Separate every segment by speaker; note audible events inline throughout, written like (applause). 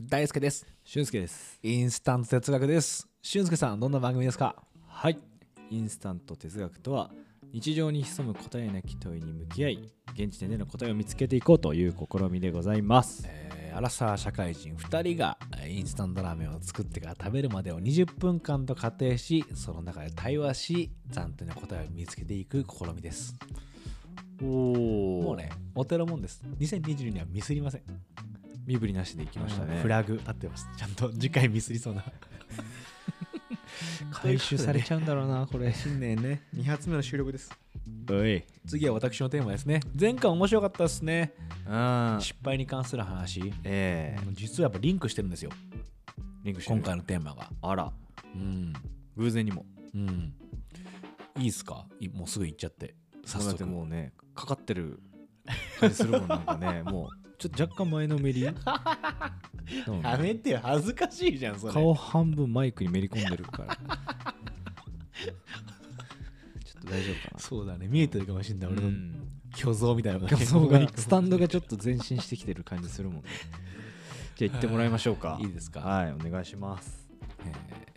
Speaker 1: 大輔です
Speaker 2: 俊介です
Speaker 1: インスタント哲学です俊介さんどんな番組ですか
Speaker 2: はいインスタント哲学とは日常に潜む答えなき問いに向き合い現時点での答えを見つけていこうという試みでございます
Speaker 1: えーアラサー社会人2人がえーインスタントラーメンを作ってから食べるまでを20分間と仮定しその中で対話し暫定の答えを見つけていく試みです
Speaker 2: おお
Speaker 1: もうねお手のもんです2022にはミスりません
Speaker 2: 身振りなしでいきましたね
Speaker 1: フラグ立ってますちゃんと次回ミスりそうな (laughs) 回収されちゃうんだろうなこれ
Speaker 3: 新年ね2発目の収録です
Speaker 2: おい
Speaker 1: 次は私のテーマですね前回面白かったですね
Speaker 2: うん
Speaker 1: 失敗に関する話
Speaker 2: ええ
Speaker 1: 実はやっぱリンクしてるんですよ
Speaker 2: リンクしてる
Speaker 1: 今回のテーマが
Speaker 2: あら
Speaker 1: うん
Speaker 2: 偶然にも
Speaker 1: うんいいっすかいもうすぐ行っちゃって早
Speaker 2: そうだって
Speaker 1: 速
Speaker 2: もうねかかってる感じするもんなんか (laughs) ねもうちょっと若干前のめ
Speaker 1: (laughs)
Speaker 2: りうん
Speaker 1: やめてよ恥ずかしいじゃんそれ
Speaker 2: 顔半分マイクにめり込んでる (laughs) からちょっと大丈夫かな
Speaker 1: そうだね見えてるかもしれない、俺
Speaker 2: う
Speaker 1: の
Speaker 2: ん
Speaker 1: 虚像みたいなの
Speaker 2: 画
Speaker 1: (laughs)
Speaker 2: 像がスタ
Speaker 1: ン
Speaker 2: ンドがちょっと前進してきてる感じするもんねじゃあ行ってもらいましょうか
Speaker 1: いいですか
Speaker 2: はいお願いします
Speaker 1: え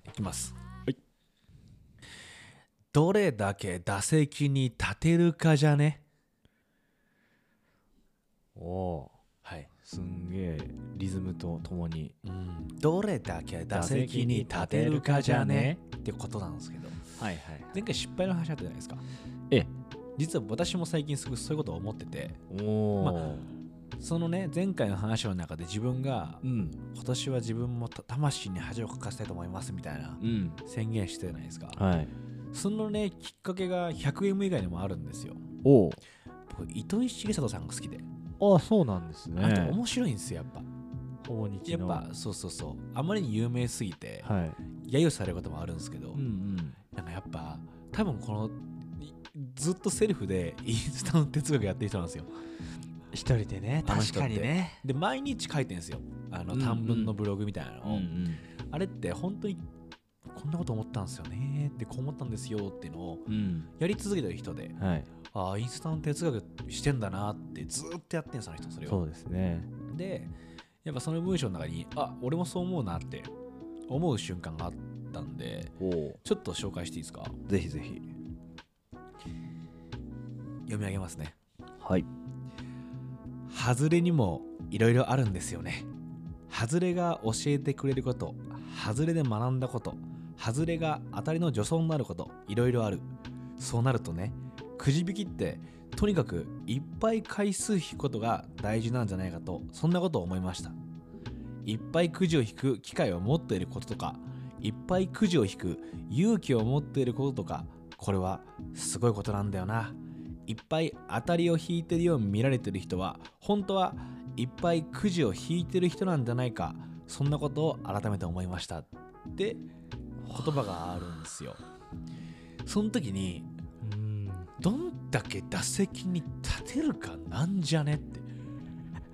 Speaker 1: ーいきます、
Speaker 2: はい
Speaker 1: どれだけ打席に立てるかじゃね
Speaker 2: おお
Speaker 1: はい
Speaker 2: すんげえリズムとともに
Speaker 1: どれだけ打席に立てるかじゃねってことなんですけど
Speaker 2: はいはい
Speaker 1: 前回失敗の話あったじゃないですか
Speaker 2: ええ
Speaker 1: 実は私も最近すごいそういうことを思ってて
Speaker 2: おお、
Speaker 1: そのね前回の話の中で自分が
Speaker 2: うん
Speaker 1: 今年は自分もた魂に恥をかかせたいと思いますみたいな
Speaker 2: うん
Speaker 1: 宣言してたじゃないですか、
Speaker 2: はい
Speaker 1: そのねきっかけが 100M 以外にもあるんですよ
Speaker 2: お
Speaker 1: 僕糸井重里さんが好きで、
Speaker 2: おあそうなんですね
Speaker 1: あと面白いんですよやっぱ
Speaker 2: 訪日
Speaker 1: やっ
Speaker 2: の
Speaker 1: ぱそうそうそうあまりに有名すぎて、
Speaker 2: はい
Speaker 1: 揶揄されることもあるんですけど、
Speaker 2: ん
Speaker 1: なんかやっぱ多分このいずっとセルフでインスタの哲学やってる人なんですよ
Speaker 2: 一人でね
Speaker 1: あの人って
Speaker 2: ね
Speaker 1: で毎日書いてんですよあの
Speaker 2: うんうん
Speaker 1: 短文のブログみたいなのを、
Speaker 2: ん
Speaker 1: あれって本当にこんなこと思ったんですよねってこう思ったんですよっていうのを
Speaker 2: うん
Speaker 1: やり続けてる人で
Speaker 2: はい
Speaker 1: ああインスタの哲学してんだなってずーっとやってんすよその人それ
Speaker 2: そ
Speaker 1: を
Speaker 2: うですね
Speaker 1: でやっぱその文章の中にあ俺もそう思うなって思う瞬間があったんで
Speaker 2: おお
Speaker 1: ちょっと紹介していいですか
Speaker 2: ぜひぜひ
Speaker 1: 読み上げますね
Speaker 2: はい
Speaker 1: 外れにもいろいろあるんですよね。外れが教えてくれること、外れで学んだこと、外れが当たりの助走になること、いろいろある。そうなるとね、くじ引きってとにかくいっぱい回数引くことが大事なんじゃないかと、そんなことを思いました。いっぱいくじを引く機会を持っていることとか、いっぱいくじを引く勇気を持っていることとか、これはすごいことなんだよな。いっぱい当たりを引いてるように見られてる人は本当はいっぱいくじを引いてる人なんじゃないかそんなことを改めて思いましたって言葉があるんですよその時に
Speaker 2: うん
Speaker 1: どんだけ打席に立てるかなんじゃねって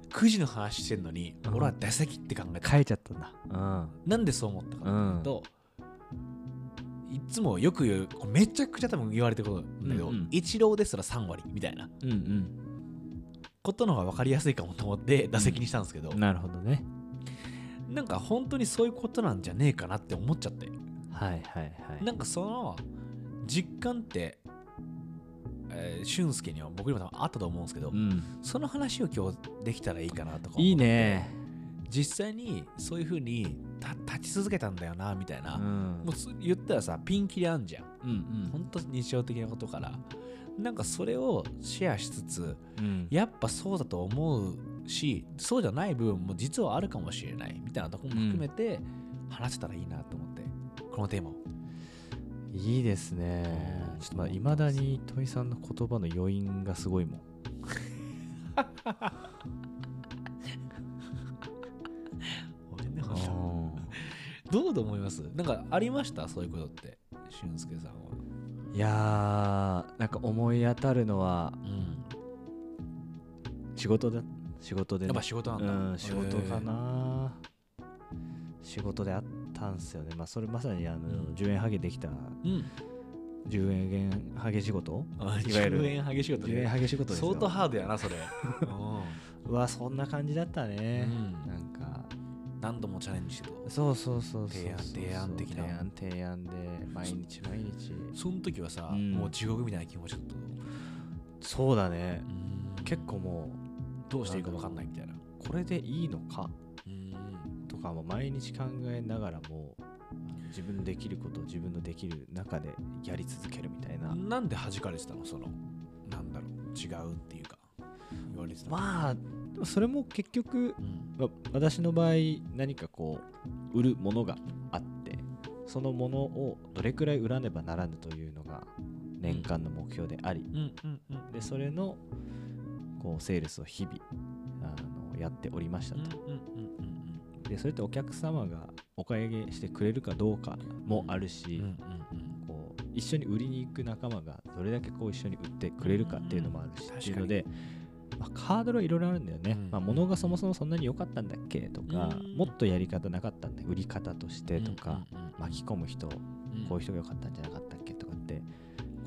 Speaker 1: くじの話してんのに
Speaker 2: うん
Speaker 1: 俺は打席って考えた
Speaker 2: 変えちゃったんだうん
Speaker 1: なんでそう思ったか
Speaker 2: う
Speaker 1: というんといつもよく言うこれめちゃくちゃ多分言われてることなんだけど、
Speaker 2: うんうん
Speaker 1: イチローですら3割みたいな
Speaker 2: うん
Speaker 1: ことの方が分かりやすいかもと思って打席にしたんですけど、
Speaker 2: なるほどね
Speaker 1: なんか本当にそういうことなんじゃねえかなって思っちゃって、
Speaker 2: はいはいはい
Speaker 1: なんかその実感って、えー俊介には僕にも多分あったと思うんですけど、
Speaker 2: うん
Speaker 1: その話を今日できたらいいかなとか思って
Speaker 2: いいね
Speaker 1: 実際にそういうふうにた立ち続けたんだよなみたいな、
Speaker 2: ん
Speaker 1: もうす言ったらさピンキリあんじゃん
Speaker 2: うん
Speaker 1: 本当日常的なことからなんかそれをシェアしつつ
Speaker 2: うん
Speaker 1: やっぱそうだと思うしそうじゃない部分も実はあるかもしれないみたいなとこも含めて話せたらいいなと思って、このテーマを
Speaker 2: いいですね
Speaker 1: うん
Speaker 2: ちょっとまあいまだに土井さんの言葉の余韻がすごいもん
Speaker 1: ごめんね
Speaker 2: あ
Speaker 1: どうと思いますなんかありましたそういうことって俊介さんは
Speaker 2: ーいやーなんか思い当たるのは
Speaker 1: うん
Speaker 2: 仕事だ仕事で
Speaker 1: や
Speaker 2: ね
Speaker 1: っぱ仕事なんだ、
Speaker 2: うん仕事かな仕事であったんすよねまあそれまさにあの
Speaker 1: うん
Speaker 2: 10円ハゲできた
Speaker 1: えーうん
Speaker 2: 10円ハゲ仕事
Speaker 1: あ
Speaker 2: いわゆる
Speaker 1: 10円激しいこと
Speaker 2: 10円
Speaker 1: ね
Speaker 2: ハゲ仕事ですよ
Speaker 1: 相
Speaker 2: (laughs)
Speaker 1: 当ハードやなそれ、うん
Speaker 2: うわそんな感じだったね、
Speaker 1: うん
Speaker 2: なんか
Speaker 1: な何度もチャレンジしてる
Speaker 2: そうそうそうそう
Speaker 1: 提案提案的な
Speaker 2: 提案提案で毎日毎日
Speaker 1: その時はさ、
Speaker 2: うん
Speaker 1: もう地獄みたいな気持ちだったの
Speaker 2: そうだね
Speaker 1: うん
Speaker 2: 結構も
Speaker 1: どうしていいか分かんないみたいな
Speaker 2: うこれでいいのか
Speaker 1: うん
Speaker 2: とかも毎日考えながらも自分のできることを自分のできる中でやり続けるみたいな、
Speaker 1: なんで弾かれてたのそのなんだろう違うっていうか言われてたの
Speaker 2: まあそれも結局
Speaker 1: うん
Speaker 2: わ私の場合何かこう売るものがあってそのものをどれくらい売らねばならぬというのが年間の目標であり、
Speaker 1: うんうんうん
Speaker 2: でそれのこうセールスを日々あのやっておりました
Speaker 1: うんうん
Speaker 2: と、
Speaker 1: うんうん
Speaker 2: でそれってお客様がお買い上げしてくれるかどうかもあるし、
Speaker 1: うんうん
Speaker 2: こう一緒に売りに行く仲間がどれだけこう一緒に売ってくれるかっていうのもある
Speaker 1: う
Speaker 2: し、
Speaker 1: んうん
Speaker 2: っていうので、まあ、カードはいろいろあるんだよね、
Speaker 1: うん
Speaker 2: まあ、物がそもそもそんなに良かったんだっけとか、
Speaker 1: うん
Speaker 2: もっとやり方なかったんだ売り方とし
Speaker 1: う
Speaker 2: て
Speaker 1: ん
Speaker 2: とか、
Speaker 1: うんうんうん
Speaker 2: 巻き込む人こ
Speaker 1: うん
Speaker 2: ういう人が良かったんじゃなかったっけとかって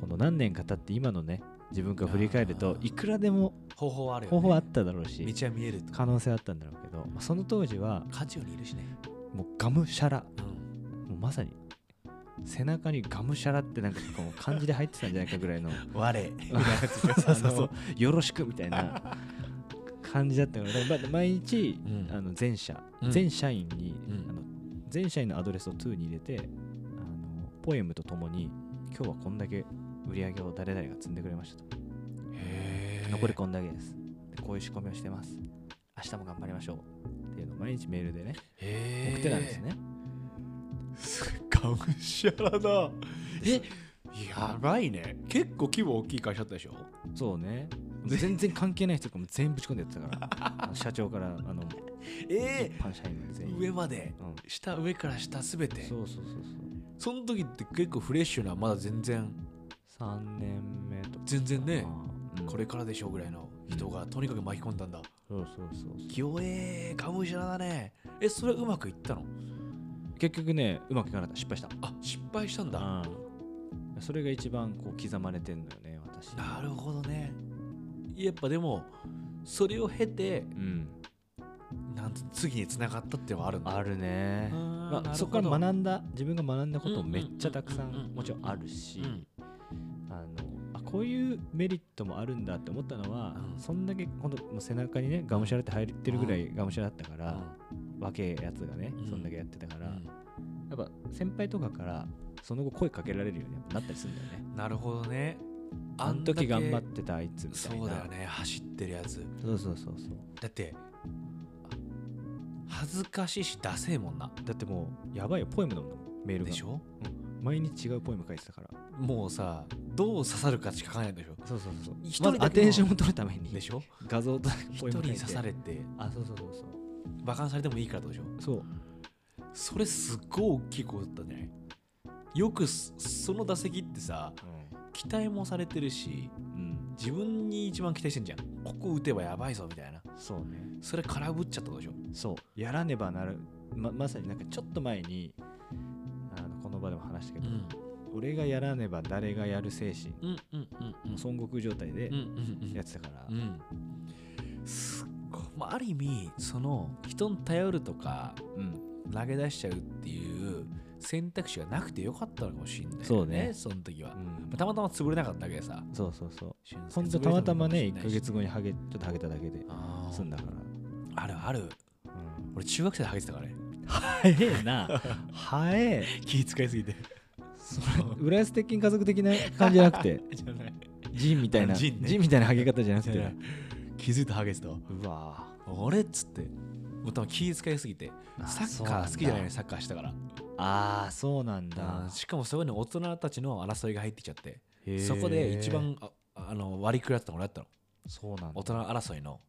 Speaker 2: この何年か経って今のね自分が振り返ると
Speaker 1: あー
Speaker 2: いくらでも
Speaker 1: 方法はあるよ、ね、
Speaker 2: 方法あっただろうし、
Speaker 1: 道は見えるとか
Speaker 2: 可能性あったんだろうけど、まあ、その当時は
Speaker 1: 渦中にいるしね
Speaker 2: もうがむしゃら
Speaker 1: うん
Speaker 2: もうまさに背中にがむしゃらってなんかこう漢字で入ってたんじゃないかぐらいの
Speaker 1: 我みたいなやつ
Speaker 2: そうそうそうよろしくみたいな感じだったからま毎日、
Speaker 1: うん
Speaker 2: あの全社、
Speaker 1: うん
Speaker 2: 全社員に、
Speaker 1: うん
Speaker 2: あの全社員のアドレスを2に入れてあのポエムとともに今日はこんだけ売り上げを誰々が積んでくれましたと、
Speaker 1: へー
Speaker 2: 残りこんだけですでこういう仕込みをしてます明日も頑張りましょうっていうのを毎日メールでね
Speaker 1: へー
Speaker 2: 送ってたんですね、
Speaker 1: すがむしゃらだえやばいね結構規模大きい会社だったでしょ
Speaker 2: そうね全然関係ない人とかも全員ぶち込んでやってたから
Speaker 1: (laughs)
Speaker 2: あの社長からあの
Speaker 1: え
Speaker 2: 一般社員まで全員
Speaker 1: 上まで
Speaker 2: うん
Speaker 1: 下上から下すべて
Speaker 2: そうそうそうそう
Speaker 1: その時って結構フレッシュなまだ全然
Speaker 2: 3年目とか
Speaker 1: 全然ね
Speaker 2: うん
Speaker 1: これからでしょうぐらいの人がとにかく巻き込んだんだ
Speaker 2: そうそうそうそ
Speaker 1: 清えがむしゃらだねえそれうまくいったの
Speaker 2: う結局ねうまくいかなかった失敗した
Speaker 1: あ失敗したんだ
Speaker 2: うんそれが一番こう刻まれてんのよね私
Speaker 1: なるほどねやっぱでもそれを経て
Speaker 2: うん
Speaker 1: なんつ次に繋がったっていうのはあるんだ
Speaker 2: あるね
Speaker 1: うーんな
Speaker 2: ま
Speaker 1: るほ
Speaker 2: あ、
Speaker 1: ど
Speaker 2: そこから学んだ自分が学んだこと
Speaker 1: う
Speaker 2: も
Speaker 1: んうんうん
Speaker 2: めっちゃたくさ
Speaker 1: うんうんうん
Speaker 2: んもちろんあるし、
Speaker 1: うん
Speaker 2: あのあこういうメリットもあるんだって思ったのは、
Speaker 1: うん
Speaker 2: そんだけほんともう背中にねがむしゃらって入ってるぐらいがむしゃらだったから、若えやつがね、
Speaker 1: うん
Speaker 2: そんだけやってたか
Speaker 1: う
Speaker 2: ら、
Speaker 1: ん
Speaker 2: やっぱ先輩とかからその後声かけられるようにやっぱなったりするんだよね
Speaker 1: なるほどね
Speaker 2: あの時
Speaker 1: んだけ
Speaker 2: 頑張ってたあいつみたいな
Speaker 1: そうだよね走ってるやつ
Speaker 2: そうそうそうそう
Speaker 1: だって恥ずかしいしダセえもんな
Speaker 2: だってもうやばいよポエムだもんメールが
Speaker 1: でしょ
Speaker 2: 毎日違うポエム書いてたから
Speaker 1: もうさどう刺さるかしか考えないでしょ
Speaker 2: そうそうそう
Speaker 1: 一
Speaker 2: ま
Speaker 1: 人だけの
Speaker 2: ずアテンションを取るために
Speaker 1: でしょ
Speaker 2: 画像と
Speaker 1: 一
Speaker 2: ポエム
Speaker 1: 人
Speaker 2: 書
Speaker 1: に
Speaker 2: いて
Speaker 1: 刺されて
Speaker 2: あそうそうそうそう
Speaker 1: バカンされてもいいからってことでしょ
Speaker 2: そう
Speaker 1: それすっごい大きいことだったんじゃないよくそその打席ってさ期待もされてるし
Speaker 2: うん、
Speaker 1: 自分に一番期待してんじゃんここ打てばやばいぞみたいな
Speaker 2: そうね
Speaker 1: それ空振っちゃったことでしょ
Speaker 2: そうやらねばなるままさになんかちょっと前にあのこの場でも話したけど、俺がやらねば誰がやる精神、
Speaker 1: うんうんうんう
Speaker 2: もう孫悟空状態で
Speaker 1: うんうんうん
Speaker 2: やってたから、
Speaker 1: うん、すっごいまあある意味その人に頼るとか
Speaker 2: うん
Speaker 1: 投げ出しちゃうっていう選択肢がなくてよかったのかもしれないよね
Speaker 2: そうね
Speaker 1: その時は、
Speaker 2: う
Speaker 1: ま
Speaker 2: ん
Speaker 1: あたまたま潰れなかっただけでさ
Speaker 2: そうそうそう
Speaker 1: 俊介
Speaker 2: ほんと
Speaker 1: 潰れ
Speaker 2: た
Speaker 1: の
Speaker 2: ま
Speaker 1: か
Speaker 2: たまね
Speaker 1: もしれ
Speaker 2: 1ヶ
Speaker 1: ないし
Speaker 2: 月後にハゲちょっとハゲただけで
Speaker 1: あー
Speaker 2: 済んだから、
Speaker 1: あるある俺中学生でハゲてたからね
Speaker 2: 早えな早え
Speaker 1: (laughs) 気使いすぎて
Speaker 2: それ浦安鉄筋家族的な感じじゃなくて
Speaker 1: (laughs) じゃない
Speaker 2: ジンみたいな
Speaker 1: ジ
Speaker 2: ジ
Speaker 1: ン
Speaker 2: ン,、
Speaker 1: ね
Speaker 2: みたいなハゲ方じゃなく
Speaker 1: じゃな
Speaker 2: て
Speaker 1: い気づいてハゲてたわ
Speaker 2: うわ
Speaker 1: あれっつってもう多分気使いすぎて
Speaker 2: あ
Speaker 1: サッ
Speaker 2: そう
Speaker 1: カ
Speaker 2: なん
Speaker 1: ー
Speaker 2: だ
Speaker 1: 好きじゃないのにサッカーしたから
Speaker 2: あーそうなん
Speaker 1: う
Speaker 2: だ
Speaker 1: んしかもそこに大人たちの争いが入ってきちゃって
Speaker 2: へー
Speaker 1: そこで一番ああの割り食らってたの俺だったの
Speaker 2: そうなんだ
Speaker 1: 大人争いの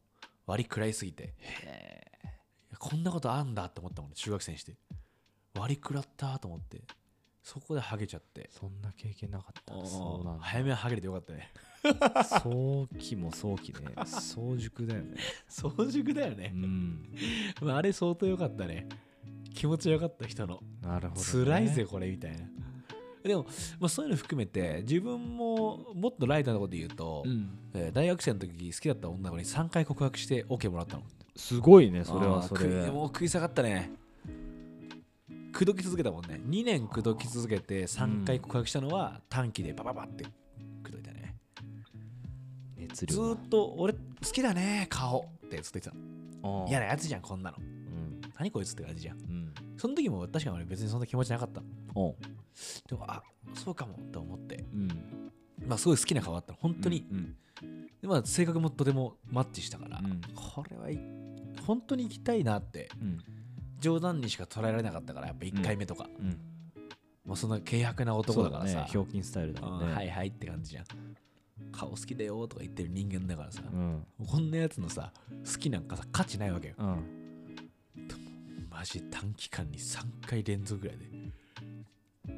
Speaker 1: 割り食らいすぎていやこんなことあんだと思ったもんね中学生にして割り食らったと思ってそこでハゲちゃって
Speaker 2: そんな経験なかったそうなん
Speaker 1: あー早めはハゲれてよかったね
Speaker 2: だ早期も早期ね早熟だよね
Speaker 1: 早熟だよ
Speaker 2: う
Speaker 1: ね、
Speaker 2: ん
Speaker 1: まあ、あれ相当よかったね気持ちよかった人の
Speaker 2: なるほど、ね、
Speaker 1: 辛いぜこれみたいなでも、まあ、そういうの含めて自分ももっとライトなこと言うと、
Speaker 2: うん
Speaker 1: えー大学生の時好きだった女の子に3回告白して OK もらったの
Speaker 2: すごいねそれ
Speaker 1: あー
Speaker 2: はそ
Speaker 1: 食い
Speaker 2: れ
Speaker 1: もう食い下がったね口説き続けたもんね2年口説き続けて3回告白したのは短期でバババって口説いたね、
Speaker 2: 熱
Speaker 1: ず
Speaker 2: 量
Speaker 1: ーっと俺好きだね顔ってずっと言って
Speaker 2: が
Speaker 1: た嫌なやつじゃんこんなの
Speaker 2: うん
Speaker 1: 何こいつって感じじゃん
Speaker 2: うん
Speaker 1: その時も確かに俺別にそんな気持ちなかった
Speaker 2: おう
Speaker 1: でもあそうかもと思って
Speaker 2: うん
Speaker 1: まあすごい好きな顔だったの本当に、
Speaker 2: うん
Speaker 1: でまあ、性格もとてもマッチしたから、
Speaker 2: うん
Speaker 1: これはい本当に行きたいなって
Speaker 2: うん
Speaker 1: 冗談にしか捉えられなかったからやっぱ1回目とか、
Speaker 2: うん
Speaker 1: もうそんな軽薄な男だから
Speaker 2: そう
Speaker 1: さ、
Speaker 2: ねひょうきんスタイルだもん
Speaker 1: う
Speaker 2: ね
Speaker 1: んはいはいって感じじゃん顔好きだよとか言ってる人間だからさ、
Speaker 2: うん
Speaker 1: こんなやつのさ好きなんかさ価値ないわけよ
Speaker 2: うん
Speaker 1: マジ短期間に3回連続ぐらいで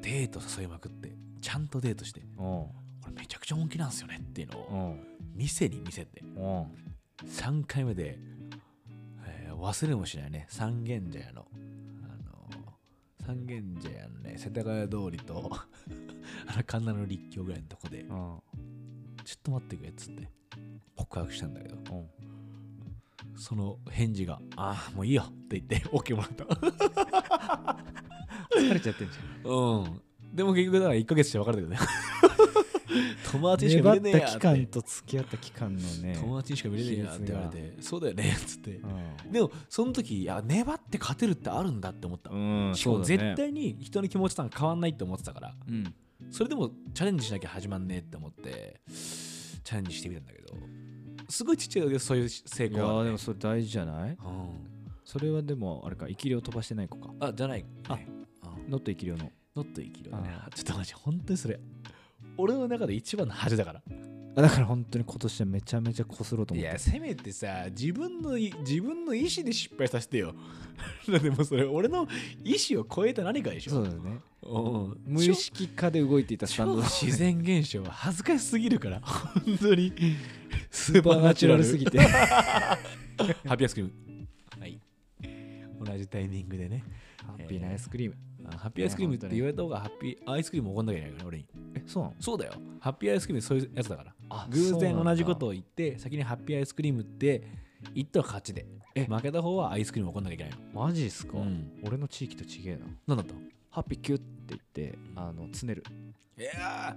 Speaker 1: デート誘いまくってちゃんとデートして
Speaker 2: おう
Speaker 1: これめちゃくちゃ本気なんすよねっていうのを
Speaker 2: おう
Speaker 1: 店に見せて
Speaker 2: おう
Speaker 1: 3回目で、えー忘れもしないね三軒茶屋の、あのー三軒茶屋のね世田谷通りと (laughs) あの神田の立教ぐらいのとこで
Speaker 2: うん
Speaker 1: ちょっと待ってくれっつって告白したんだけど
Speaker 2: うん
Speaker 1: その返事が「ああもういいよ」って言って OK もらった
Speaker 2: 疲れちゃってんじゃん
Speaker 1: うんでも結局だから1ヶ月して別れたけど (laughs) ね友達にしか
Speaker 2: 粘
Speaker 1: 見
Speaker 2: っ
Speaker 1: れねえ
Speaker 2: た
Speaker 1: や
Speaker 2: 期間と付き合った期間のね
Speaker 1: 友達にしか見れねえやって言われて「そうだよね」っつってでもその時いや粘って勝てるってあるんだって思った、
Speaker 2: うんうん
Speaker 1: しかも
Speaker 2: そうだね
Speaker 1: 絶対に人の気持ちとは変わんないって思ってたから
Speaker 2: うん
Speaker 1: それでもチャレンジしなきゃ始まんねえって思ってチャレンジしてみたんだけどすごいちっちゃい時でそういう成
Speaker 2: い
Speaker 1: 功
Speaker 2: や
Speaker 1: は
Speaker 2: ー
Speaker 1: ね
Speaker 2: でもそれ大事じゃない
Speaker 1: うん
Speaker 2: それはでもあれか生き量飛ばしてない子か
Speaker 1: あじゃない
Speaker 2: あ
Speaker 1: あ
Speaker 2: ノット生き量の
Speaker 1: ノット生きるよね
Speaker 2: あ
Speaker 1: ちょっとマジ本当にそれ俺の中で一番の恥だから
Speaker 2: あだから本当に今年はめちゃめちゃこすろうと
Speaker 1: い
Speaker 2: 思っ
Speaker 1: や
Speaker 2: て
Speaker 1: せめてさ自分のい自分の意思で失敗させてよ (laughs) だってもうそれ俺の意思を超えた何かでしょ
Speaker 2: そうだよね
Speaker 1: うん
Speaker 2: 無意識化で動いていたスタン
Speaker 1: 超
Speaker 2: ド (laughs)
Speaker 1: 自然現象は恥ずかしすぎるから本当に (laughs) スー
Speaker 2: スーパーナチュラルすぎ
Speaker 1: (laughs)
Speaker 2: (laughs) て
Speaker 1: ハピーアイスクリームはい同じタイミングでね
Speaker 2: ハッピーなアイスクリーム
Speaker 1: あハッピーアイスクリームって言われた方がハッピーアイスクリーム怒んなきゃいけないからね俺に
Speaker 2: えそうなの
Speaker 1: そうだよハッピーアイスクリームそういうやつだから
Speaker 2: あ
Speaker 1: 偶然同じこと
Speaker 2: を
Speaker 1: を言って先にハッピーアイスクリームって言ったら勝ちで
Speaker 2: え
Speaker 1: 負けた方はアイスクリーム怒んなきゃいけないの
Speaker 2: マジっすか、
Speaker 1: うん
Speaker 2: 俺の地域と違えな
Speaker 1: 何だったの
Speaker 2: ハッピーキュって言ってあのつねる
Speaker 1: いや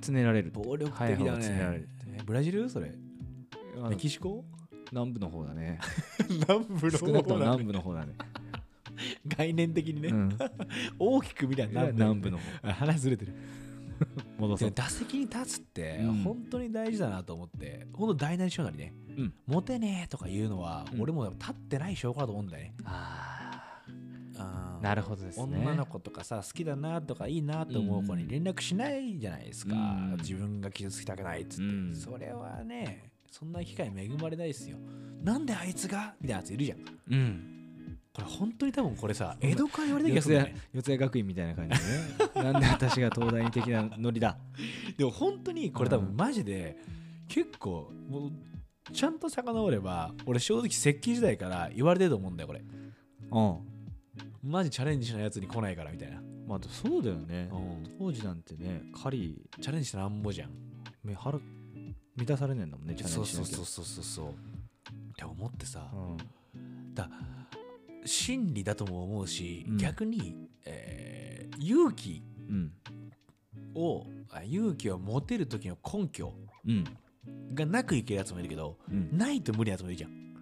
Speaker 2: つねられるって
Speaker 1: 暴力
Speaker 2: はい
Speaker 1: 的だ
Speaker 2: はいつねら
Speaker 1: ね
Speaker 2: れる
Speaker 1: えブラジルそれ
Speaker 2: あの
Speaker 1: メキシ
Speaker 2: (laughs)
Speaker 1: コ
Speaker 2: 南部の方だね
Speaker 1: 南部
Speaker 2: 少なくとも南部の方だね
Speaker 1: 概念的にね、
Speaker 2: うん
Speaker 1: 大きく見りゃ南部
Speaker 2: 南部の方
Speaker 1: あ話ずれてる
Speaker 2: 戻
Speaker 1: (laughs) で
Speaker 2: そ
Speaker 1: も
Speaker 2: (laughs) う
Speaker 1: 打席に立つって
Speaker 2: うん
Speaker 1: 本当に大事だなと思って、ほんと大なり小なりね、
Speaker 2: うん
Speaker 1: モテねえとか言うのは、
Speaker 2: うん
Speaker 1: 俺もやっぱ立ってない証拠だと思うんだよね
Speaker 2: あ
Speaker 1: あ
Speaker 2: ー
Speaker 1: ー
Speaker 2: なるほどですね
Speaker 1: 女の子とかさ好きだなとかいいなと思う子に連絡しないじゃないですか、
Speaker 2: うん
Speaker 1: 自分が傷つきたくないっつって、
Speaker 2: うん
Speaker 1: それはねそんな機会恵まれないですよなんであいつがみたいなやついるじゃんこ
Speaker 2: うん
Speaker 1: れ本当に多分これさ江戸から言われた気
Speaker 2: 四
Speaker 1: がするんだ
Speaker 2: 谷
Speaker 1: よね
Speaker 2: 四谷学院みたいな感じ (laughs) でねなんで私が東大に的なノリだ
Speaker 1: でも本当にこれ多
Speaker 2: う
Speaker 1: 分
Speaker 2: ん
Speaker 1: マジで結構もうちゃんと遡れば俺正直石器時代から言われてると思うんだよこれ
Speaker 2: うん
Speaker 1: マジチャレンジしないやつに来ないからみたいな、
Speaker 2: まあでもそうだよね
Speaker 1: うん
Speaker 2: 当時なんてね狩り
Speaker 1: チャレンジしたらなんぼじゃん
Speaker 2: 目腹満たされねえんだもんねチャレ
Speaker 1: そ
Speaker 2: ン
Speaker 1: う
Speaker 2: ジし
Speaker 1: そう
Speaker 2: なきゃ
Speaker 1: そうそうそうそうって思ってさ、
Speaker 2: うん
Speaker 1: だ真理だとも思うし、
Speaker 2: うん
Speaker 1: 逆に、えー勇気
Speaker 2: うん
Speaker 1: をあ勇気を持てる時の根拠
Speaker 2: うん
Speaker 1: がなくいけるやつもいるけど
Speaker 2: うん
Speaker 1: ないと無理なやつもいるじゃん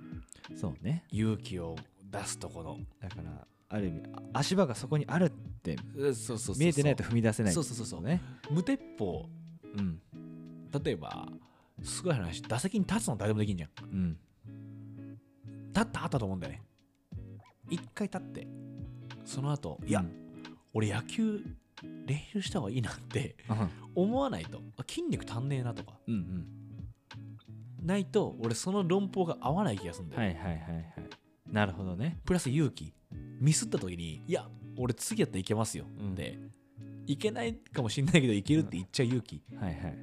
Speaker 2: そうね
Speaker 1: 勇気を出すとこの
Speaker 2: だからある意味あ足場がそこにあるって
Speaker 1: うんそうそうそうそう
Speaker 2: 見えてないと踏み出せない
Speaker 1: そうそうそうそう
Speaker 2: ね
Speaker 1: 無鉄砲
Speaker 2: うん
Speaker 1: 例えばすごい話打席に立つの誰でもできんじゃん
Speaker 2: うん
Speaker 1: 立ったあったと思うんだよね一回立ってその後いや、
Speaker 2: うん
Speaker 1: 俺野球練習した方がいいなって
Speaker 2: うん
Speaker 1: 思わないとあ筋肉足んねえなとか
Speaker 2: うん
Speaker 1: ないと俺その論法が合わない気がするんだよ、
Speaker 2: はいはいはいはいなるほどね
Speaker 1: プラス勇気ミスった時にいや俺次やったらいけますよ、
Speaker 2: うん
Speaker 1: でいけないかもしんないけどいけるって言っちゃう勇気、
Speaker 2: はいはい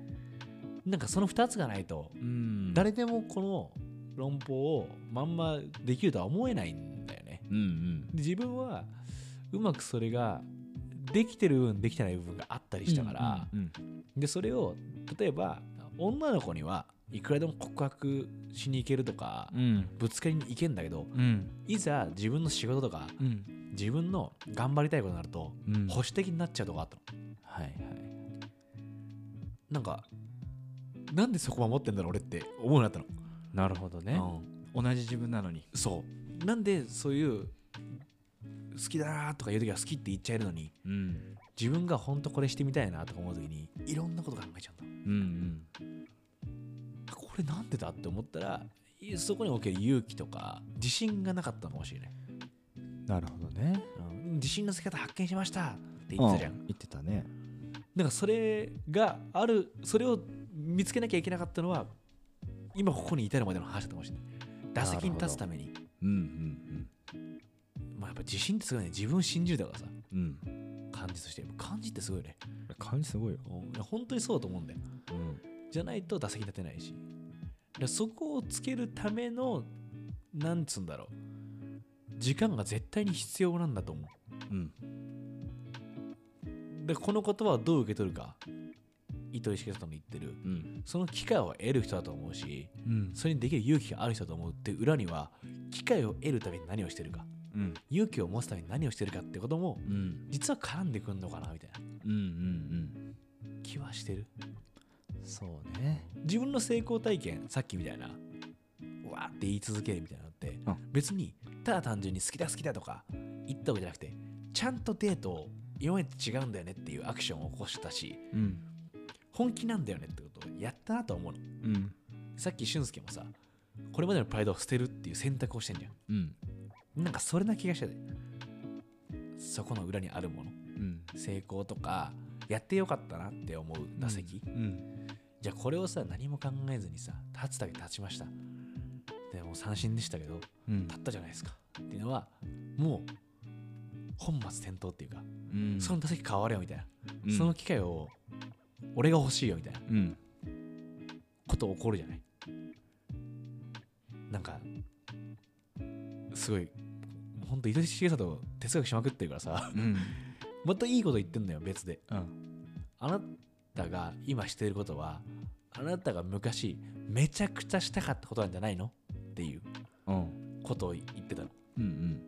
Speaker 1: なんかその2つがないと
Speaker 2: うん
Speaker 1: 誰でもこの論法をまんまできるとは思えないんだよね。
Speaker 2: うんうん
Speaker 1: で自分はうまくそれができてる分できてない部分があったりしたから、
Speaker 2: うんうん
Speaker 1: でそれを例えば女の子にはいくらでも告白しに行けるとか、
Speaker 4: うん
Speaker 1: ぶつかりに行けんだけど
Speaker 4: うん
Speaker 1: いざ自分の仕事とか
Speaker 4: うん
Speaker 1: 自分の頑張りたいことになると
Speaker 4: うん
Speaker 1: 保守的になっちゃうとかあったの
Speaker 4: はいはい
Speaker 1: なんかなんでそこ守ってんだろう俺って思うようになったの
Speaker 4: なるほどね
Speaker 1: うん
Speaker 4: 同じ自分なのに
Speaker 1: そうなんでそういう好きだなとか言う時は好きって言っちゃえるのに
Speaker 4: うん
Speaker 1: 自分が本当これしてみたいなとか思う時にいろんなこと考えちゃうんだ
Speaker 4: うん
Speaker 1: あこれなんでだって思ったらいそこにおける勇気とか自信がなかったのかもしれない、
Speaker 2: なるほどね
Speaker 1: うん自信のつけ方発見しましたって言ってたじゃん、
Speaker 2: 言ってたね
Speaker 1: なんかそれがあるそれを見つけなきゃいけなかったのは今ここに至るまでの話だったかもしれない打席に立つために
Speaker 4: うんうん
Speaker 1: まあやっぱ自信ってすごいね自分を信じるだからさ
Speaker 4: うんうん
Speaker 1: 感じとして感じってすごいよね
Speaker 2: 感じすごいよ
Speaker 1: うん本当にそうだと思うんだよ
Speaker 2: うん
Speaker 1: じゃないと打席立てないしだからそこをつけるためのなんつうんだろう時間が絶対に必要なんだと思う
Speaker 4: うん
Speaker 1: でこの言葉をどう受け取るか糸井重里の言ってる
Speaker 4: うん
Speaker 1: その機会を得る人だと思うし
Speaker 4: うん
Speaker 1: それにできる勇気がある人だと思うって裏には機会を得るために何をしてるか
Speaker 4: うん
Speaker 1: 勇気を持つために何をしてるかってことも
Speaker 4: うん
Speaker 1: 実は絡んでくんのかなみたいな
Speaker 4: うんうん
Speaker 1: 気はしてる
Speaker 2: そうね
Speaker 1: 自分の成功体験さっきみたいなうわーって言い続けるみたいなのって
Speaker 4: うん
Speaker 1: 別にただ単純に好きだ好きだとか言ったわけじゃなくてちゃんとデートを今までと違うんだよねっていうアクションを起こしたし
Speaker 4: うん
Speaker 1: 本気なんだよねってことをやったなとは思うの
Speaker 4: うん
Speaker 1: さっき俊介もさこれまでのプライドを捨てるっていう選択をしてんじゃ
Speaker 4: うん
Speaker 1: んなんかそれな気がしててそこの裏にあるもの
Speaker 4: うん
Speaker 1: 成功とかやってよかったなって思う打席、
Speaker 4: うん
Speaker 1: じゃあこれをさ何も考えずにさ立つだけ立ちましたでもう三振でしたけど
Speaker 4: うん
Speaker 1: 立ったじゃないですかっていうのはもう本末転倒っていうか、
Speaker 4: うん
Speaker 1: その打席変われよみたいな、
Speaker 4: うん
Speaker 1: その機会を俺が欲しいよみたいな
Speaker 4: うん
Speaker 1: こと起こるじゃないなんかすごいほんと糸井重里哲学しまくってるからさ
Speaker 4: うん
Speaker 1: またいいこと言ってんだよ別で
Speaker 4: うん
Speaker 1: あなたが今してることはあなたが昔めちゃくちゃしたかったことなんじゃないのっていう
Speaker 4: うん
Speaker 1: ことを言ってたの
Speaker 4: うん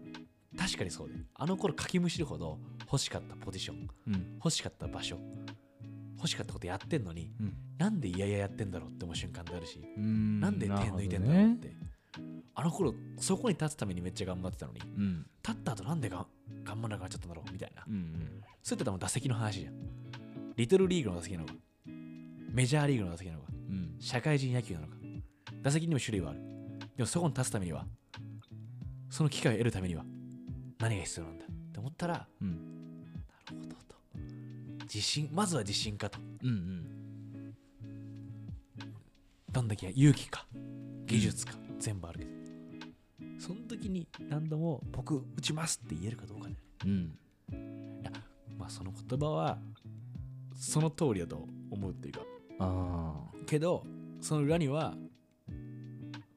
Speaker 1: 確かにそうであの頃かきむしるほど欲しかったポジション
Speaker 4: うん
Speaker 1: 欲しかった場所欲しかったことやってんのに
Speaker 4: うん
Speaker 1: なんでいやいややってんだろうって思う瞬間であるし
Speaker 4: うん
Speaker 1: なんで手抜いてんだろうって、あの頃そこに立つためにめっちゃ頑張ってたのに立
Speaker 4: うん
Speaker 1: った後なんでが頑張らなくなっちゃったんだろうみたいな、
Speaker 4: うん
Speaker 1: そういったらもう打席の話じゃんリトルリーグの打席なのかメジャーリーグの打席なのか
Speaker 4: うん
Speaker 1: 社会人野球なのか打席にも種類はあるでもそこに立つためにはその機会を得るためには何が必要なんだって思ったらなる
Speaker 4: うん
Speaker 1: ほどと自信まずは自信かと
Speaker 4: うん
Speaker 1: どんだけ勇気か技術か、全部あるけどその時に何度も僕打ちますって言えるかどうかね
Speaker 4: うん
Speaker 1: まあその言葉はその通りだと思うっていうか
Speaker 4: ああ
Speaker 1: けどその裏には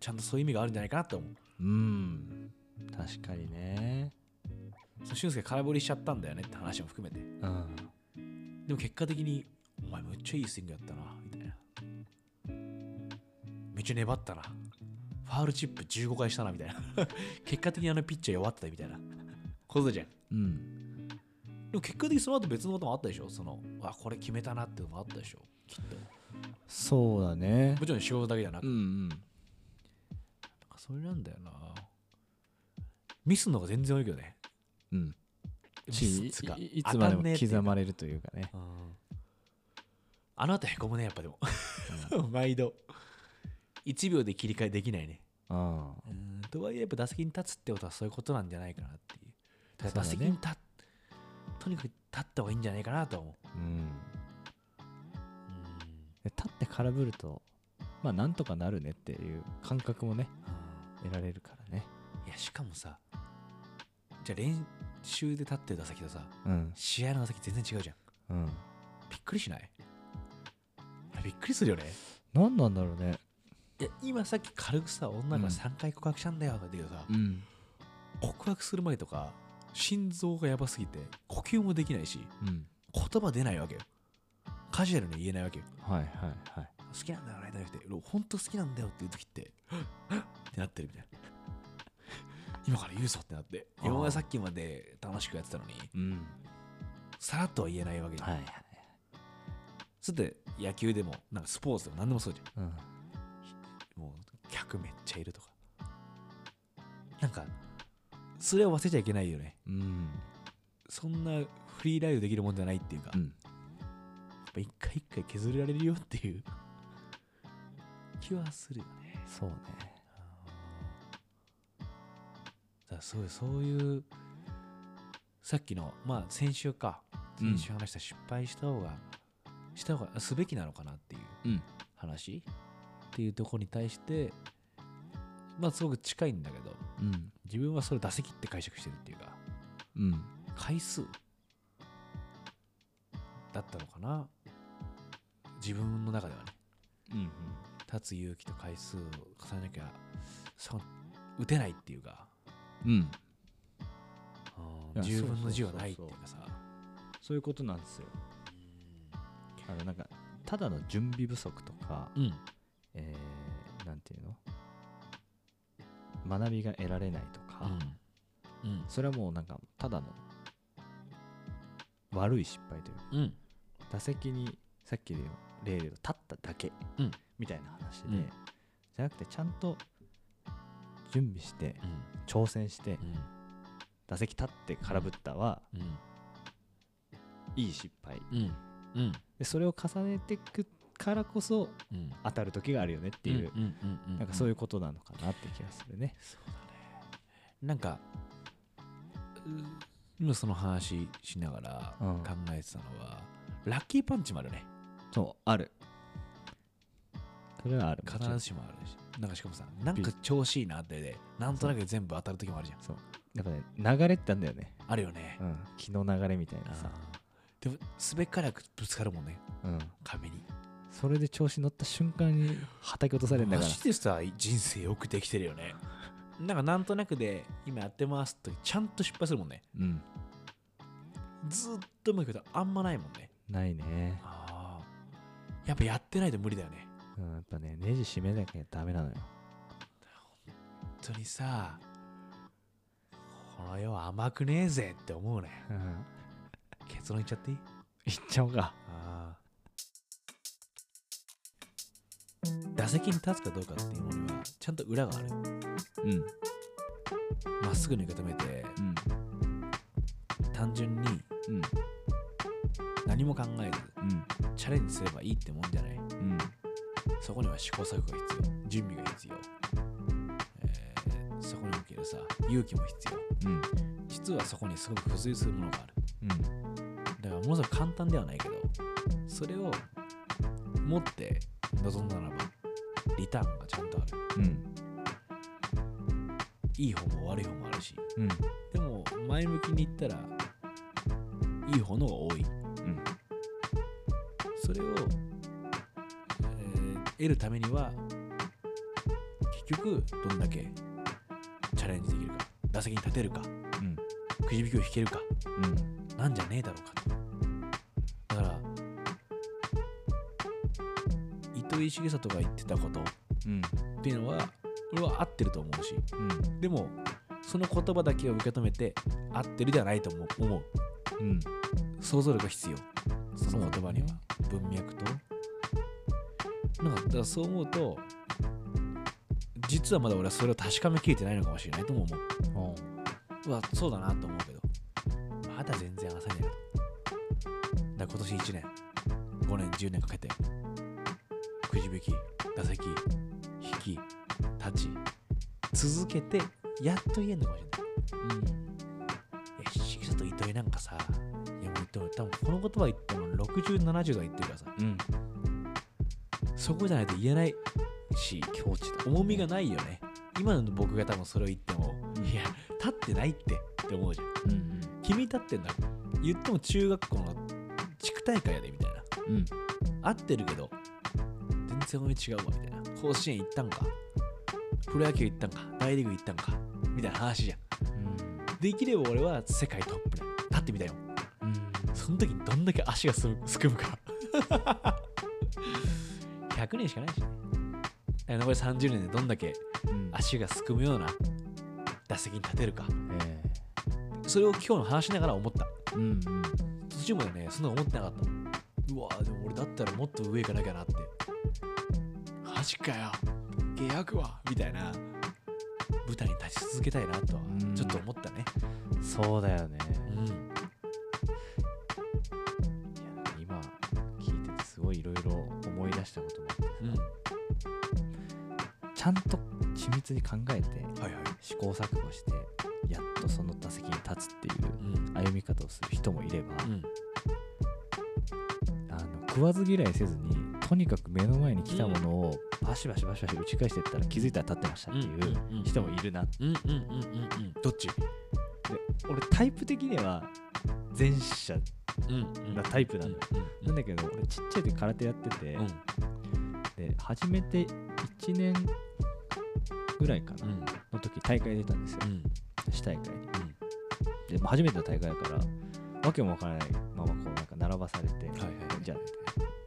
Speaker 1: ちゃんとそういう意味があるんじゃないかなと思
Speaker 4: う
Speaker 1: う
Speaker 4: ん
Speaker 2: 確かにね
Speaker 1: その俊介空振りしちゃったんだよねって話も含めて
Speaker 2: うん
Speaker 1: でも結果的にお前めっちゃいいスイングやったなみたいなめっちゃ粘ったなファールチップ15回したなみたいな (laughs) 結果的にあのピッチャー弱ってたみたいなことじゃん
Speaker 4: うん
Speaker 1: でも結果的にその後別のこともあったでしょそのあこれ決めたなっていうのもあったでしょきっと
Speaker 2: そうだね
Speaker 1: もちろん仕事だけじゃなく、
Speaker 4: うんうん
Speaker 1: なんかそれなんだよなミスの方が全然多いけどね
Speaker 4: うん
Speaker 1: ミ
Speaker 2: ち
Speaker 1: スが
Speaker 2: いいいつま
Speaker 1: 当
Speaker 2: で
Speaker 1: たんねえ
Speaker 2: も
Speaker 1: っていう
Speaker 2: 刻まれるというかね
Speaker 1: うんあの後へこむねやっぱでも毎度1秒で切り替えできないね
Speaker 2: うん
Speaker 1: うんとはいえやっぱ打席に立つってことはそういうことなんじゃないかなっていう
Speaker 2: そうだ
Speaker 1: 打
Speaker 2: ね
Speaker 1: 席に立っとにかく立った方がいいんじゃないかなとは思う、
Speaker 2: うん
Speaker 1: うん
Speaker 2: で立って空振るとまあなんとかなるねっていう感覚もね得られるからね
Speaker 1: いやしかもさじゃあ練習で立ってる打席とさ
Speaker 2: うん
Speaker 1: 試合の打席全然違うじゃん
Speaker 2: うん
Speaker 1: びっくりしないあれびっくりするよね
Speaker 2: 何なんだろうね
Speaker 1: いや今さっき軽くさ女が3回告白したんだよとか言ってたけ
Speaker 4: う
Speaker 1: どさ、
Speaker 4: ん
Speaker 1: 告白する前とか心臓がやばすぎて呼吸もできないし
Speaker 4: うん
Speaker 1: 言葉出ないわけよカジュアルに言えないわけよ
Speaker 2: はいはいはい
Speaker 1: 好きなんだよね」じゃなくて「本当好きなんだよ」っていう時って「ってなってるみたいな今から言うぞってなって
Speaker 4: あー
Speaker 1: 今までさっきまで楽しくやってたのに
Speaker 4: うん
Speaker 1: さらっとは言えないわけじゃん、
Speaker 4: はいはい
Speaker 1: つって野球でもなんかスポーツでも何でもそうじゃん
Speaker 4: うん
Speaker 1: もう客めっちゃいるとかなんかそれを忘れちゃいけないよね
Speaker 4: うん
Speaker 1: そんなフリーライドできるもんじゃないっていうか、
Speaker 4: う
Speaker 1: やっ
Speaker 4: ん
Speaker 1: ぱ一回一回削れられるよっていう気はするよね
Speaker 4: そうね
Speaker 1: だからそういうそういうさっきのまあ先週か
Speaker 4: うん
Speaker 1: 先週話した失敗した方が、した方がすべきなのかなっていう
Speaker 4: うん
Speaker 1: 話っていうところに対してまあすごく近いんだけど
Speaker 4: うん
Speaker 1: 自分はそれ打席って解釈してるっていうか
Speaker 4: うん
Speaker 1: 回数だったのかな自分の中ではね
Speaker 4: うん
Speaker 1: 立つ勇気と回数を重ねなきゃそう打てないっていうか
Speaker 4: うん
Speaker 1: うん
Speaker 4: いや
Speaker 1: 10分の
Speaker 2: そうそうそうそう
Speaker 1: 10はないっていうかさ
Speaker 2: そういうことなんですよあのなんかただの準備不足とか、
Speaker 1: うん
Speaker 2: えーなんていうの学びが得られないとか、
Speaker 1: うん
Speaker 2: それはもうなんかただの悪い失敗というか
Speaker 1: うん
Speaker 2: 打席にさっきの例で言うと立っただけ、
Speaker 1: うん
Speaker 2: みたいな話で、
Speaker 1: うん
Speaker 2: じゃなくてちゃんと準備して
Speaker 1: うん
Speaker 2: 挑戦して、
Speaker 1: うん
Speaker 2: 打席立って空振ったは、
Speaker 1: うん
Speaker 2: いい失敗
Speaker 1: うんうん
Speaker 2: でそれを重ねていくからこそ
Speaker 1: うん
Speaker 2: 当たる時があるよねっていう、
Speaker 1: うんうんうんうん
Speaker 2: なんかそういうことなのかなって気がするね。
Speaker 1: そうだねなんかう今その話しながら
Speaker 2: うん
Speaker 1: 考えてたのは、ラッキーパンチもあるね
Speaker 2: そうあるそれはある
Speaker 1: 必ずしもあるしなんかしかもさなんか調子いいなってでなんとなく全部当たる時もあるじゃん
Speaker 2: そうなんかね流れってあんだよね、
Speaker 1: あるよね、
Speaker 2: うん、気の流れみたいなさ、
Speaker 1: あーでも滑りからくぶつかるもんね
Speaker 2: うん、
Speaker 1: 壁に
Speaker 2: それで調子乗った瞬間にはたき落とされるんだか
Speaker 1: マジでさ人生よくできてるよねなんかなんとなくで今やってますってちゃんと失敗するもんね
Speaker 4: うん
Speaker 1: ずーっとうまくいくことあんまないもんね
Speaker 2: らないね、
Speaker 1: あーやっぱやってないと無理だよね
Speaker 2: うん、やっぱねネジ締めなきゃダメなのよ
Speaker 1: 本当にさこの世は甘くねえぜって思うね
Speaker 2: うん
Speaker 1: 結論言っちゃっていい
Speaker 2: いっちゃおうか
Speaker 1: あー打席に立つかどうかっていうのにはちゃんと裏がある
Speaker 4: うん
Speaker 1: まっすぐに受け止めて
Speaker 4: うん
Speaker 1: 単純に
Speaker 4: うん
Speaker 1: 何も考えず
Speaker 4: うん
Speaker 1: チャレンジすればいいってもんじゃない
Speaker 4: うん
Speaker 1: そこには試行錯誤が必要準備が必要、えーそこにおけるさ勇気も必要
Speaker 4: うん
Speaker 1: 実はそこにすごく付随するものがある
Speaker 4: うん
Speaker 1: だからものすごく簡単ではないけどそれを持って臨んだならばリターンがちゃんとある
Speaker 4: うん
Speaker 1: いい方も悪い方もあるし
Speaker 4: うん
Speaker 1: でも前向きに言ったらいい方のが多い
Speaker 4: うん
Speaker 1: それを、えー得るためには結局どんだけチャレンジできるか打席に立てるか
Speaker 4: うん
Speaker 1: くじ引きを引けるか
Speaker 4: うん
Speaker 1: なんじゃねえだろうかとだから糸井重里が言ってたことっ
Speaker 4: うん
Speaker 1: ていうのは俺は合ってると思うし
Speaker 4: うん
Speaker 1: でもその言葉だけを受け止めて合ってるではないと思う思
Speaker 4: う
Speaker 1: う
Speaker 4: ん
Speaker 1: 想像力が必要その言葉には
Speaker 4: そうね
Speaker 1: 文脈となんかだからそう思うと実はまだ俺はそれを確かめきれてないのかもしれないとも思ううわそうだなと思うけどまだ全然浅いねなとだから今年1年5年10年かけてくじ引き打席引き立ち続けてやっと言えんのかもしれないいや、しきと糸井なんかさ、いやもう糸井、多分この言葉言っても60、70とか言ってるからさ、
Speaker 4: うん
Speaker 1: そこじゃないと言えないし、
Speaker 2: 境地だ
Speaker 1: 重みがないよね。今の僕が多分それを言っても、
Speaker 4: うん
Speaker 1: いや、立ってないってって思うじゃん。
Speaker 4: うん
Speaker 1: 君立ってんだ。言っても中学校の地区大会やでみたいな。
Speaker 4: うん
Speaker 1: 合ってるけど、全然俺違うわみたいな。甲子園行ったんか、プロ野球行ったんか、大リーグ行ったんか、みたいな話じゃん。できれば俺は世界トップだよ立ってみたいよ。
Speaker 4: うん
Speaker 1: その時にどんだけ足がすすくむかいや100年しかないし。だから残り30年でどんだけ
Speaker 4: うん
Speaker 1: 足がすくむような打席に立てるか。
Speaker 4: え
Speaker 1: それを今日の話しながら思った。
Speaker 4: えうんうん
Speaker 1: 途中までね、そんな思ってなかった。うわでも俺だったらもっと上行かなきゃなって。マジかよ。契約はみたいな。舞台に立ち続けたいなとは
Speaker 4: うん
Speaker 1: ちょっと思ったね。
Speaker 2: そうだよね。
Speaker 1: うん。
Speaker 2: いやなんか今聞いててすごいいろいろ思い出したこともあって
Speaker 1: うん。
Speaker 2: ちゃんと緻密に考えて
Speaker 1: はいはい。
Speaker 2: 試行錯誤してやっとその打席に立つっていう
Speaker 1: うん。
Speaker 2: 歩み方をする人もいれば、
Speaker 1: うん。
Speaker 2: あの食わず嫌いせずにとにかく目の前に来たものをバシバシバシバシ打ち返していったら気づいたら立ってましたっていう
Speaker 1: うんうん
Speaker 2: 人もいるなって
Speaker 1: うんうんうんうんうん。どっち
Speaker 2: 俺タイプ的には前者
Speaker 1: うん
Speaker 2: なタイプなのよ、
Speaker 1: う
Speaker 2: なんんだけど俺ちっちゃい時空手やってて、
Speaker 1: うん
Speaker 2: で始めて1年ぐらいかな、
Speaker 1: うん
Speaker 2: の時大会出たんですよ
Speaker 1: うん
Speaker 2: 市大会にで、まあ初めての大会だからわけもわからないままこうなんか並ばされて、
Speaker 1: はいはい
Speaker 2: じゃあ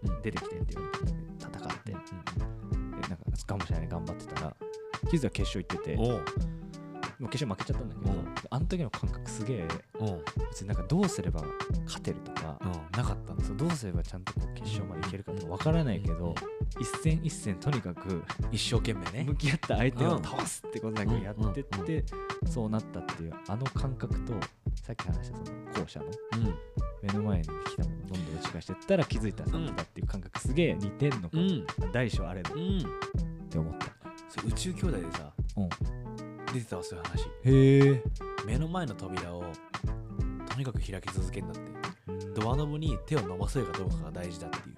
Speaker 1: うん
Speaker 2: 出てきてって言われて戦って、
Speaker 1: う
Speaker 2: でなんかかもしれない頑張ってたらキズが決勝行ってて
Speaker 1: ん
Speaker 2: もう
Speaker 1: おう
Speaker 2: 決勝負けちゃったんだけど、
Speaker 1: おう
Speaker 2: あの時の感覚すげえ
Speaker 1: おう
Speaker 2: 別になんかどうすれば勝てるとか、
Speaker 1: うんなかったんだ
Speaker 2: そうどうすればちゃんとこう決勝までいけるかとかわからないけ
Speaker 1: う
Speaker 2: ど、
Speaker 1: ん
Speaker 2: 一戦一戦とにかく
Speaker 1: 一生懸命ね
Speaker 2: 向き合った相手
Speaker 1: う
Speaker 2: を
Speaker 1: ん
Speaker 2: 倒すってことだけやってって、そうなったっていうあの感覚とさっき話したその後者の
Speaker 1: うん
Speaker 2: 目の前に来たものをどんどん打ち返してったら気づいたら勝ってたっていう感覚すげえ似てんのかも、
Speaker 1: うん
Speaker 2: 大小あれどっ
Speaker 1: うん
Speaker 2: て思った。
Speaker 1: そう宇宙兄弟でさ
Speaker 4: うん
Speaker 1: 出てたわそういう話
Speaker 4: へえ
Speaker 1: 目の前の扉をとにかく開き続けるんだってドアノブに手を伸ばせるかどうかが大事だっていう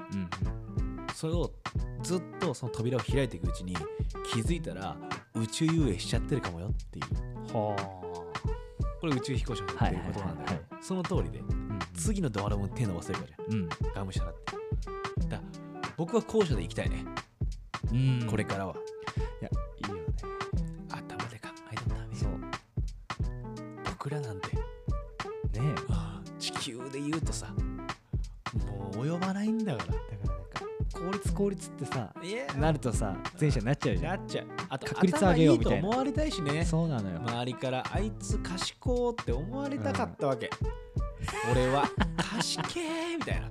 Speaker 4: うん
Speaker 1: それをずっとその扉を開いていくうちに気づいたら宇宙遊泳しちゃってるかもよっていう
Speaker 2: はあ
Speaker 1: これ宇宙飛行士の言ってることなんだけ
Speaker 2: はいはいは
Speaker 1: ど
Speaker 2: い
Speaker 1: その通りで
Speaker 4: うん
Speaker 1: 次のドアノブに手伸ばせるかじゃん
Speaker 4: うん
Speaker 1: がむしゃらってだ僕は後者で行きたいね、
Speaker 4: うん
Speaker 1: これからはい
Speaker 2: やいいよね
Speaker 1: 頭で考えたダメ
Speaker 2: そう
Speaker 1: 僕らなんて
Speaker 2: ね
Speaker 1: ああ地球で言うとさもう及ばないんだから
Speaker 2: えだからなんか効率効率ってさ
Speaker 1: いや
Speaker 2: なるとさ前者になっちゃうじゃ
Speaker 1: なんっちゃうあと
Speaker 2: 確率上げようみたいな
Speaker 1: 頭と思われたいしね
Speaker 2: そうなのよ、
Speaker 1: 周りからあいつ賢ーって思われたかったわけ、俺は賢ーみたいな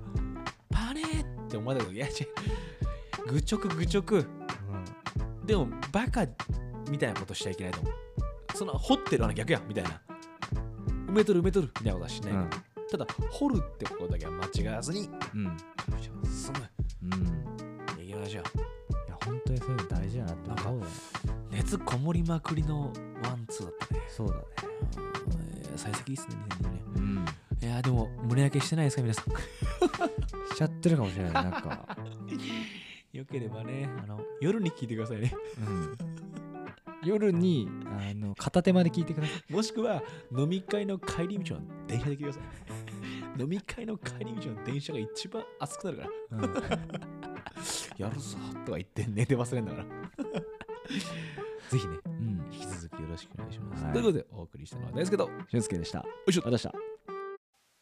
Speaker 1: パネーって思われたけどいや違う愚直愚直でもバカみたいなことしちゃいけないと思うその掘ってるあの逆やんみたいな埋めとる埋めとるみたいなことはしない、
Speaker 4: うん
Speaker 1: ただ掘るってことだけは間違わずに
Speaker 4: うん
Speaker 1: 進む
Speaker 4: うん
Speaker 1: いきましょう
Speaker 2: いや本当にそういうの大事だなって思うわ
Speaker 1: 熱こもりまくりのワンツーだったね
Speaker 2: そうだね
Speaker 1: 最先いいっすね2020
Speaker 4: うん
Speaker 1: 年いやーでも胸焼けしてないですか皆さん
Speaker 2: しちゃってるかもしれないなんか
Speaker 1: よければねあの夜に聞いてくださいね
Speaker 4: うん
Speaker 2: 夜にあの片手まで聞いてください
Speaker 1: もしくは飲み会の帰り道の電車で聞いてください飲み会の帰り道の電車が一番熱くなるからやるぞとは言って寝て忘れんだから。 (laughs) ぜひね、
Speaker 4: うん
Speaker 1: 引き続きよろしくお願いします。
Speaker 2: はい
Speaker 1: ということで、お送りしたのは大輔と、
Speaker 2: 俊介でしたよ
Speaker 1: いしょ
Speaker 2: ありがとうございました